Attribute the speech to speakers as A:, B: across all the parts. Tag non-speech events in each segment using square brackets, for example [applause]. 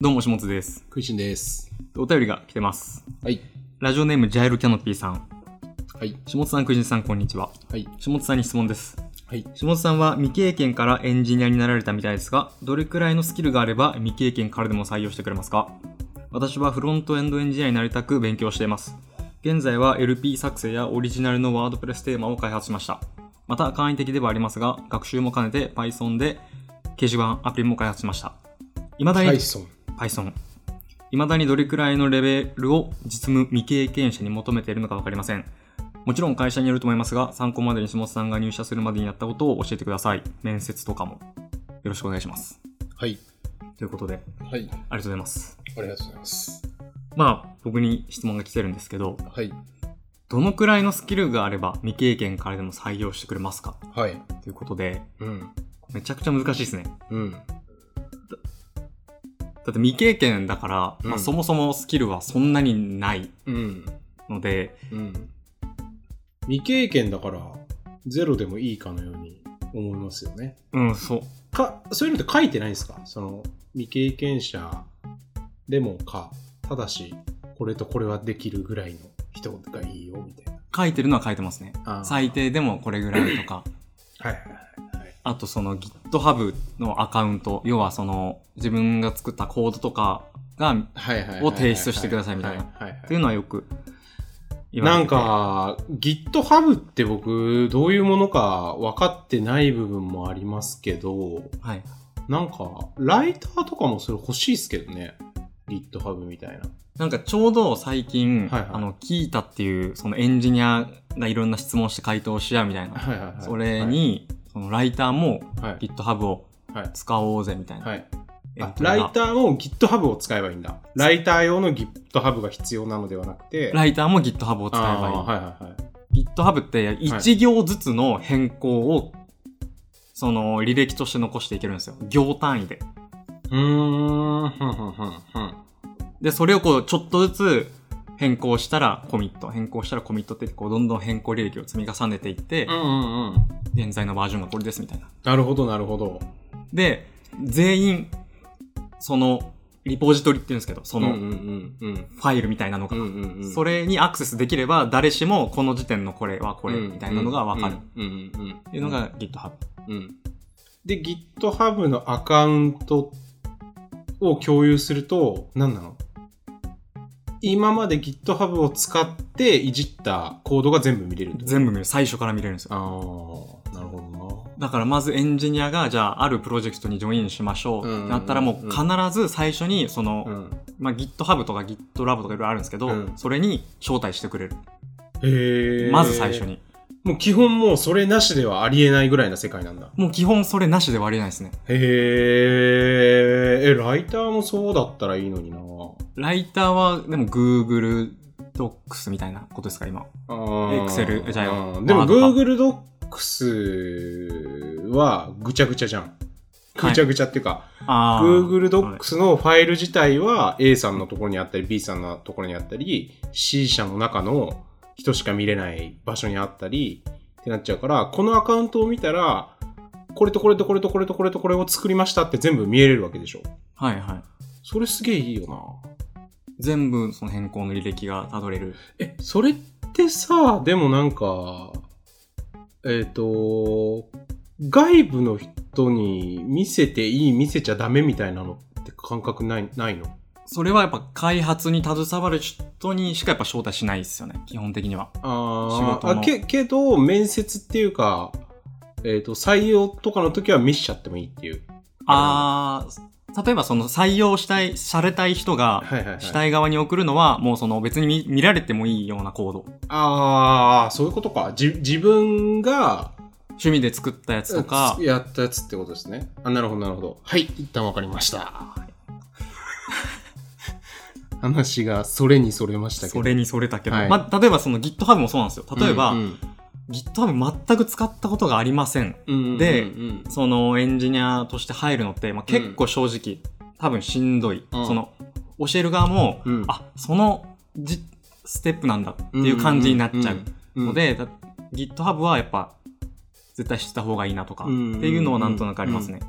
A: どうも、しもつです。
B: クイシンです。
A: お便りが来てます。
B: はい。
A: ラジオネーム、ジャイルキャノピーさん。
B: はい。
A: しもつさん、くじんさん、こんにちは。
B: はい。
A: しもつさんに質問です。
B: はい。
A: しもつさんは未経験からエンジニアになられたみたいですが、どれくらいのスキルがあれば未経験からでも採用してくれますか私はフロントエンドエンジニアになりたく勉強しています。現在は LP 作成やオリジナルのワードプレステーマを開発しました。また簡易的ではありますが、学習も兼ねて Python で掲示板アプリも開発しました。未だに
B: タイソン。
A: Python。未だにどれくらいのレベルを実務未経験者に求めているのか分かりません。もちろん会社によると思いますが、参考までに下津さんが入社するまでにやったことを教えてください。面接とかも。よろしくお願いします。
B: はい。
A: ということで、あ
B: はい。
A: りがとうございます。
B: ありがとうございます。
A: まあ、僕に質問が来てるんですけど、
B: はい。
A: どのくらいのスキルがあれば未経験からでも採用してくれますか
B: はい。
A: ということで、
B: うん。
A: めちゃくちゃ難しいですね。
B: うん。
A: だって未経験だから、ま
B: う
A: あ、
B: ん
A: そもそもスキルはそんなにない
B: うん。
A: ので、
B: うん。未経験だから、ゼロでもいいかのように思いますよね。
A: うん、そう。
B: か、そういうのって書いてないんですかその、未経験者でもか、ただし、これとこれはできるぐらいの人がいいよ、みたいな。
A: 書いてるのは書いてますね。
B: あー
A: 最低でもこれぐらいと
B: [laughs]
A: か。
B: はいはいはい。
A: あとその GitHub のアカウント、要はその自分が作ったコードとかが、っ
B: はいはいはいはい。
A: を提出してくださいみたいな
B: ははいはい
A: ていうのはよく言われ
B: な
A: て
B: んか、GitHub って僕、どういうものか分かってない部分もありますけど、
A: て。はい。
B: なんか、ライターとかもそれ欲しいですけどね。GitHub みたいな。
A: なんかちょうど最近、
B: はいはい
A: あの、キータっていうそのエンジニアがいろんな質問して回答し合うみたいな。
B: はいはいはい。
A: それ、に、そのライターも
B: はい
A: GitHub を
B: はい。
A: 使おうぜみたいな。
B: はい。
A: え
B: あ
A: っと
B: ライターも GitHub を使えばいいんだ。ライター用の GitHub が必要なのではなくて、イ
A: ライターも GitHub を使えばいい。
B: はいはいはい。
A: GitHub って1行ずつの変更を、その履歴として残していけるんですよ。行単位で。
B: うーん、ふんふんふんふん。
A: で、それをこう、ちょっとずつ変更したらコミット、変更したらコミットって、こう、どんどん変更履歴を積み重ねていって
B: う、んうんうん。
A: 現在のバージョンがこれですみたいな。
B: なるほどなるほど。
A: で、全員、その、リポジトリって言うんですけど、そ
B: うんうん
A: の、
B: うん
A: ファイルみたいなの
B: う
A: が、
B: ん。うんうんうん。
A: それにアクセスできれば、誰しもこの時点のこれはこれみたいなのがわかる。っ
B: うんうんうんうん。って
A: いうの、が GitHub。
B: うん。で、GitHub のアカウントを共有すると、何なの今まで GitHub を使っていじったコードが全部見れるってこと
A: 全部見る。最初から見れるんですよ
B: ああ、なるほ
A: だからまずエンジニアがじゃああるプロジェクトにジョインしましょう
B: うん
A: ってなったらもう必ず最初にその、
B: どな。うん。
A: まあ、GitHub とか GitLab とかいろいろあるんですけど、
B: うん
A: それに招待してくれる、
B: へえ。
A: まず最初。に
B: もう基本もうそれなしではありえないぐらいな世界なんだ。
A: もう基本それなしで割れないですね
B: へえ。え、ライターもそうだったらいいのにな。
A: ライターはでも GoogleDocs みたいなことですか今
B: あー
A: Excel じゃあ
B: うんでも
A: Word とか
B: Google Docs はぐちゃぐちゃじゃん。
A: はい
B: ぐちゃぐちゃっていうか、
A: あー
B: Google
A: はい
B: Docs のファイル自体は A さんのところにあったり B さんのところにあったり C 社の中の人しか見れない場所にあったりってなっちゃうから、このアカウントを見たら、これとこれとこれとこれとこれとこれを作りましたって全部見えれるわけでしょ。
A: はいはい
B: それすげえいいよな。
A: 全部その変更の履歴がたどれる
B: え、それってさ、でもなんか、えっ、と、外部の人に見せていい、見せちゃダメみたいなのって感覚ない、ないの
A: それはやっぱ開発に携わる人にしかやっぱ招待しないですよね基本的には
B: あ
A: 仕事
B: ー
A: の
B: あけ、けど、面接っていうか、えっ、と、採用とかの時は見せちゃってもいいっていう。
A: あー例えばその採用したいされたい人が
B: はいはいはい。
A: 主体側に送るのはもうその別に見見られてもいいようなコード
B: ああ、そういうことか。じ、自分が、
A: 趣味で作ったやつとか
B: やったやつってことですね。あ、なるほど、なるほど。はい、一旦わかりました。話がそれにそれましたけど。
A: それにそれたけど、
B: はい
A: まあ、例えばその GitHub もそうなんですよ例えば、
B: うん
A: GitHub 全く使ったことがありません
B: うんうん
A: で
B: うん
A: そのエンジニアとして入るのって、まあ、結構正直、多分しんどい、
B: うん
A: その教える側も、
B: うん
A: あそのじステップなんだっていう感じになっちゃうの、で、だ GitHub はやっぱ絶対知った方がいいなとか、
B: うん
A: っていうのはなんとなくありますね、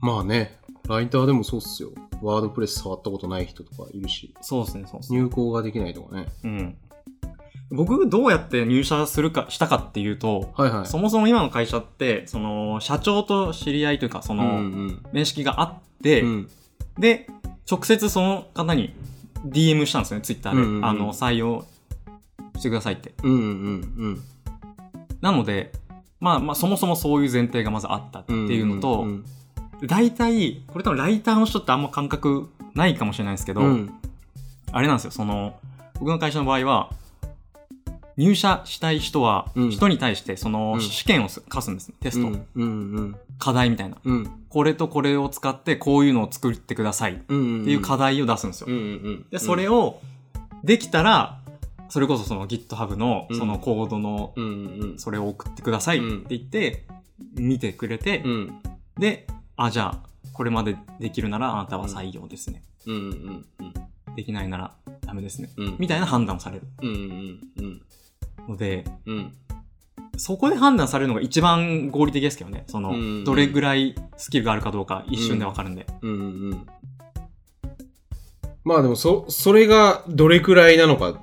B: まあね、ライターでもそうっすよ。ワードプレス触ったことない人とかいるし、
A: そうですね、そうですね。
B: 入稿ができないとかね。
A: うん。僕、どうやって入社するか、したかっていうと、
B: はいはい。
A: そもそも今の会社って、その、社長と知り合いというか、そ
B: うんう
A: の、
B: ん
A: 面識があって、
B: うん。
A: で、直接その方に DM したんですよね、ツイッターで。
B: うんうんうん
A: あの、採用してくださいって。
B: うんうんうん
A: なので、まあまあ、そもそもそういう前提がまずあったって
B: うん。
A: いうのと、
B: うんうん
A: 大体、これ多分ライターの人ってあんま感覚ないかもしれないですけど、
B: うん。
A: あれなんですよ、その、僕の会社の場合は、入社したい人は、
B: うん
A: 人に対して、その、
B: うん
A: 試験をす課すんです。テスト、
B: うんうんうん
A: 課題みたいな。
B: うん。
A: これとこれを使って、こういうのを作ってください。っ
B: うん。
A: ていう課題を出すんですよ。
B: うんうん。
A: で、それ
B: を、
A: を、できたら、それこそその GitHub の、
B: うん
A: そのコードの、
B: うんうん
A: それを送ってくださいって言って、見てくれて、
B: うん。うん
A: で、あ、じゃあ、これまでできるなら、あなたは採用ですね。
B: うんうんうん。
A: できないなら、ダメですね。
B: うん
A: みたいな判断をされる
B: うんうんうん
A: ので、
B: うん
A: そこで判断されるのが一番合理的ですけどね。その、
B: うん
A: どれぐらいスキルがあるかどうか一瞬でわかるんで。
B: うんうんまあでもそそれがどれくらいなのかっ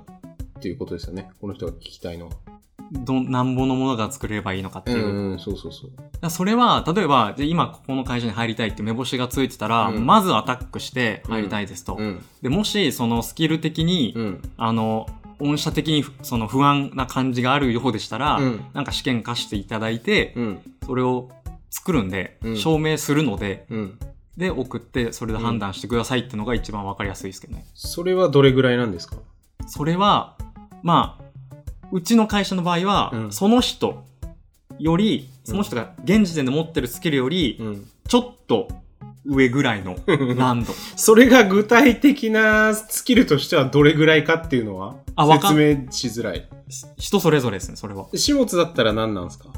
B: ていうことですよねこの人が聞きたいのは
A: ど、なんぼのものが作れればいいのかって
B: う
A: い
B: ん
A: う。だか
B: うんそうそうそう
A: らそれは、例えば、じゃあ今ここの会社に入りたいって目星がついてたら、
B: うん
A: まずアタックして入りたいですと。
B: うん
A: で、もし、そのスキル的に、
B: うん
A: あの、御社的にその不安な感じがあるようでしたら、
B: うん
A: なんか試験貸していただいて、
B: うん
A: それを作るんで、
B: うん
A: 証明するので、
B: うん
A: で、送って、それで判断してくださいってのが一番わかりやすいですけどね。
B: それはどれぐらいなんですか
A: それは、まあ、うちの会社の場合は、
B: うん
A: その人より、その人が現時点で持ってるスキルより、
B: ん
A: ちょっと上ぐらい
B: [laughs]
A: の難度。
B: それが具体的なスキルとしてはどれぐらいかっていうのは
A: あわか
B: 説明しづらい
A: し人それぞれですね、それは。
B: 始末だったら何なんですか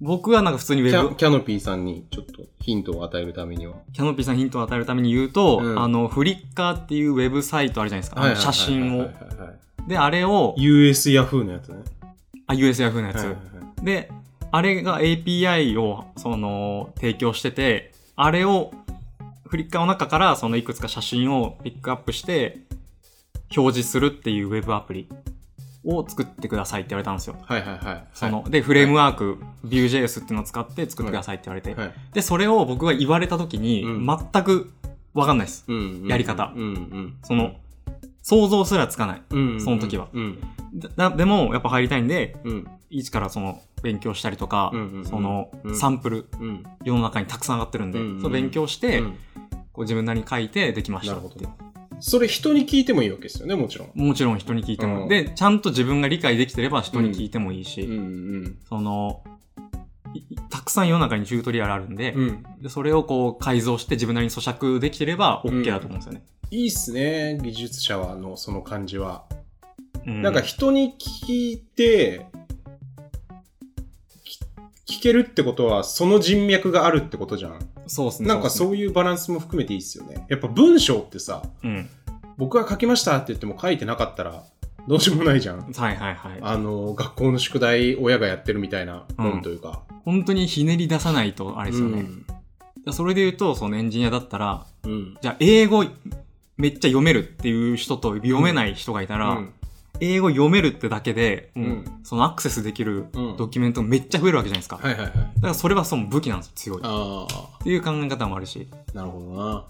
A: 僕はなんか普通にウ
B: キ
A: ェ
B: ャ
A: ブ、
B: キャノピーさんにちょっとヒントを与えるためには
A: キャノピーさんにヒントを与えるために言うと、
B: うん
A: あの、フリッカーっていうウェブサイトあるじゃないですか。あの写真
B: はい
A: を
B: は。いはいはい
A: で、あれを、
B: US ヤフーのやつね
A: あ、US ヤフーのやつ。
B: はいはいはい
A: で、あれが API を、その、提供してて、あれを、フリッカーの中から、そのいくつか写真をピックアップして、表示するっていうウェブアプリを作ってくださいって言われたんですよ。
B: はいはいはい。
A: その、で、フレームワーク、Vue.js っていうのを使って作ってくださいって言われて。
B: はい、はい
A: で、それを僕が言われた時に、
B: うん
A: 全くわかんないです。
B: うんうんうん
A: やり方
B: うんうん、
A: その、想像すらつかない。
B: うんうん、
A: その時は
B: うん
A: だでも、やっぱ入りたいんで、
B: うん
A: 一からその、勉強したりとか、
B: うんうんうん
A: その
B: う、ん
A: サンプル、
B: うん
A: 世の中にたくさん上がってるんで、
B: うんうん
A: そう勉強し
B: う
A: て、
B: ん、
A: こう自分なりに書いてできまし
B: な
A: た
B: る
A: っ
B: ほ
A: ていう
B: どそれ人に聞いてもいいわけですよねもちろん、
A: もちろん人に聞いても、
B: うん
A: でちゃんと自分が理解できてれば人に聞いてもいいし、
B: うんうん
A: そのいいたくさん世の中にチュートリアルあるんで,、
B: うん、
A: でそれをこう改造して自分なりに咀嚼できてれば OK だと思うんですよね、
B: いいっすね技術者はのその感じは、
A: うん
B: なんか人に聞いてき聞けるってことはその人脈があるってことじゃん
A: そうですね
B: なんかそうういうバランスも含めていいっすよねやっぱ文章ってさ
A: ですね
B: 僕が書きましたって言っても書いてなかったらどうしようもないじゃん
A: うんはいはいはい
B: あの、学校の宿題、親がやってるみたいなもんというか。
A: 本当にひねり出さないとあれ
B: う
A: ですよね、だか
B: ん。
A: らそれで言うとそのエンジニアだったら
B: うん。
A: じゃあ英語めっちゃ読めるっていう人と読めない人がいたら、英語読めるってだけで、
B: うん
A: もうそのアクセスできる
B: うん
A: ドキュメントめっちゃ増えるわけじゃないですか。
B: はいはいはい。
A: だからそれはその武器なんですよ、強い。っ
B: ああ、
A: ていう考え方もあるし。だか
B: なるほどな。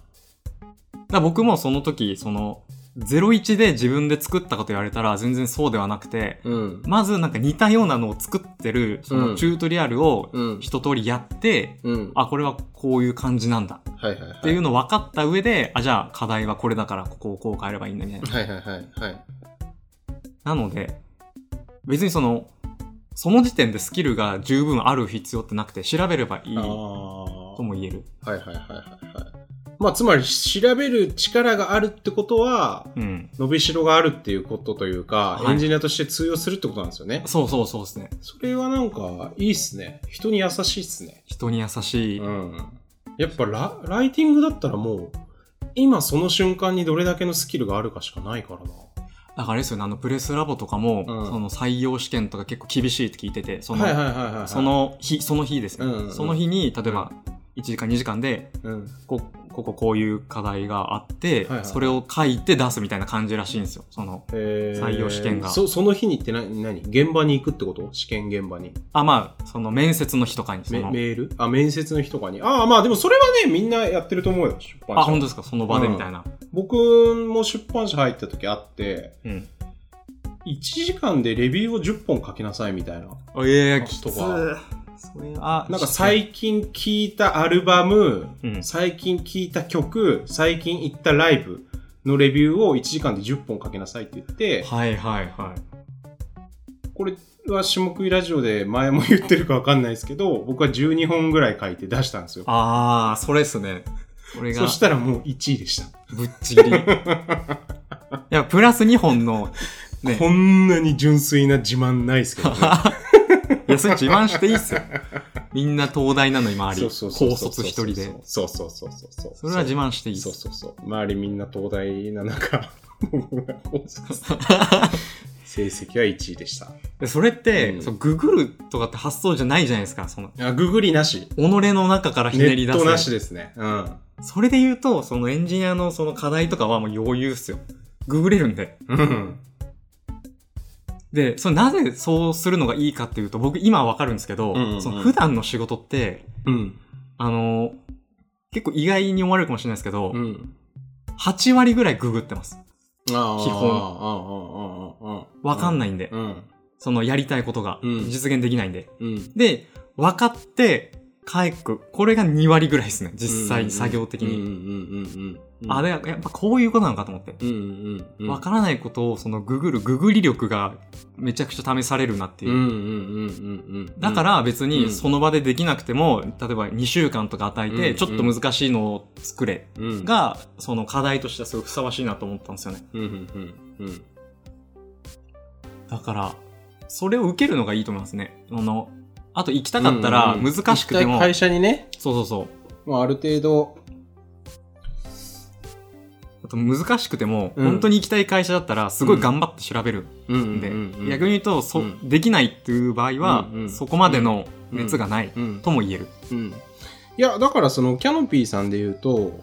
A: ら僕もその時、その、01で自分で作ったこと言われたら全然そうではなくて、
B: うん。
A: まずなんか似たようなのを作ってる、そのチュートリアルを
B: うん。
A: 一通りやって、
B: うん。
A: あ、これはこういう感じなんだ
B: はいはいはい。
A: っていうのを分かった上で、あ、じゃあ課題はこれだからここをこう変えればいいんだみたいな。
B: はいはいはいはい。
A: なので、別にその、その時点でスキルが十分ある必要ってなくて、調べればいい
B: ああ。
A: とも言える。
B: はいはいはいはいはい。まあ、つまり、調べる力があるってことは、
A: うん。
B: 伸びしろがあるっていうことというか、
A: はい
B: エンジニアとして通用するってことなんですよね。
A: そうそうそうですね。
B: それはなんか、いいっすね。人に優しいっすね。
A: 人に優しい。
B: うん、やっぱラライティングだったらもう今その瞬間にどれだけのスキルがあるかしかないからな
A: だからあれですよね、あの、プレスラボとかも、
B: うん
A: その採用試験とか結構厳しいって聞いてて、その、
B: はいはいはいはい
A: その日、その日ですね。
B: うんうんうん
A: その日に、例えば、1時間2時間で、
B: うん
A: こう、こここういう課題があって、
B: はいはい
A: それを書いて出すみたいな感じらしいんですよ。その、採
B: 採
A: 用試験が
B: そその日にって何何現場に行くってこと試験現場に
A: あ、まあ、その面接の日とかに、そ
B: め
A: の
B: メ、ールあ面接の日とかにああまあでもそれはねみんなやってると思うよ出版社
A: あ、本当ですか、その場でみたいな。
B: 僕も出版社入った時あって
A: うん。
B: 1時間でレビューを10本書きなさいみたいな
A: あええ
B: あ
A: きつ
B: と
A: い。
B: か
A: それは、
B: なんか最近聞いたアルバム、
A: うん
B: 最近聞いた曲最近行ったライブのレビューを1時間で10本書きなさいって言って、
A: はいはいはい。
B: これは下食いラジオで前も言ってるかわかんないですけど、僕は12本ぐらい書いて出したんですよ。
A: ああ、それっすね。それが
B: そ、したらもう1位でした。
A: ぶっちぎ
B: [laughs]
A: り。いや、プラス2本の、ね、
B: こんなに純粋な自慢ないですけどね。
A: いや、それ自慢していいっすよ。みんな東大なの [laughs] 今あり。
B: そ
A: 高
B: うそうそうそう
A: 卒一人で。。
B: そうそうそうそうそう。
A: それは自慢していいっ
B: そう
A: す。
B: そうそう。周りみんな東大
A: [laughs]
B: な中、 [laughs] 僕が高卒成績は1位でした。
A: でそれって、
B: うん
A: そうググるとかって発想じゃないじゃないですか。その、
B: あ、ググりなし。
A: 己の中からひ
B: ネ
A: ねり出
B: ットなし
A: す。
B: ですね。うん。
A: それで言うと、そのエンジニアのその課題とかはもう余裕っすよ。ググれるんで。
B: うん。
A: で、それなぜそうするのがいいかっていうと、僕今はわかるんですけど、
B: うんうんうん
A: その普段の仕事って、
B: うん。
A: あの、結構意外に思われるかもしれないですけど、
B: うん。
A: 8割ぐらいググってます。
B: 基
A: 基
B: 本。うんうんうんうんうん。
A: わかん
B: な
A: な
B: い。
A: いんで、
B: うん。
A: そのやりたいことが
B: うん
A: 実現できないんで。
B: うん。
A: で、分かって帰く。これが2割ぐらいですね。実際に作業的
B: うん
A: に。
B: うんうんうんうん。
A: あ、で、やっぱこういうことなのかと思って。
B: うんうんうん。
A: わからないことを、そのググる、ググり力がめちゃくちゃ試されるなっていうう。
B: んうんうんうんうん。
A: だか、ら別
B: う
A: に
B: ん
A: その場でできなくても、例えば2週間とか与え
B: う
A: て、
B: ん
A: ちょっと難しいのを作れ
B: うん、
A: が、その課題としてはすごいふさわしいなと思ったんですよね。
B: うんうんうんうん。
A: だから、それを受けるのがいいと思いますね。あの、あと行きたかったら難しくて
B: うんうん
A: も、
B: 一回会社にね、
A: そうそうそう。
B: まあ、ある程度、
A: あと難しくても、
B: うん
A: 本当に行きたい会社だったら、すごい頑張って調べる
B: うん
A: で、
B: ん
A: 逆に言うと、そ、
B: うん
A: できないっていう場合は、
B: うんうん
A: そこまでの熱がない
B: うん
A: とも言える。
B: うん。いや、だからその、キャノピーさんで言うと、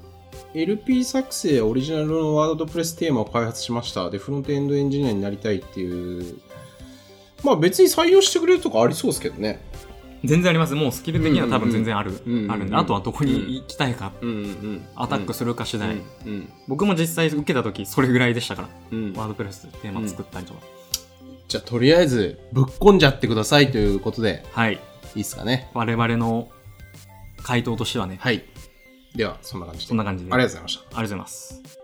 B: LP 作成オリジナルのワードプレステーマを開発しました。で、フロントエンドエンジニアになりたいっていう、まあ別に採用してくれるとかありそうですけどね。
A: 全然あります。もうスキル的には多分全然ある、
B: うんうんうん
A: あるんで、あとはどこに行きたいか、
B: うんうん。
A: アタックするか次
B: る
A: 第、
B: うん。
A: 僕も実際受けた時、それぐらいでしたから。
B: うん
A: ワードプレステーマ作ったりとか。
B: じゃあとりあえずぶっこんじゃってくださいということで
A: はい。
B: いいですかね
A: 我々の回答としてはね、
B: はいではそんな感じで
A: そんな感じで。
B: あり
A: あり
B: がとうございました
A: がとうございます。